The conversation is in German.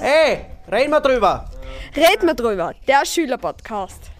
Hey, reden wir drüber. Red mal drüber, der Schülerpodcast.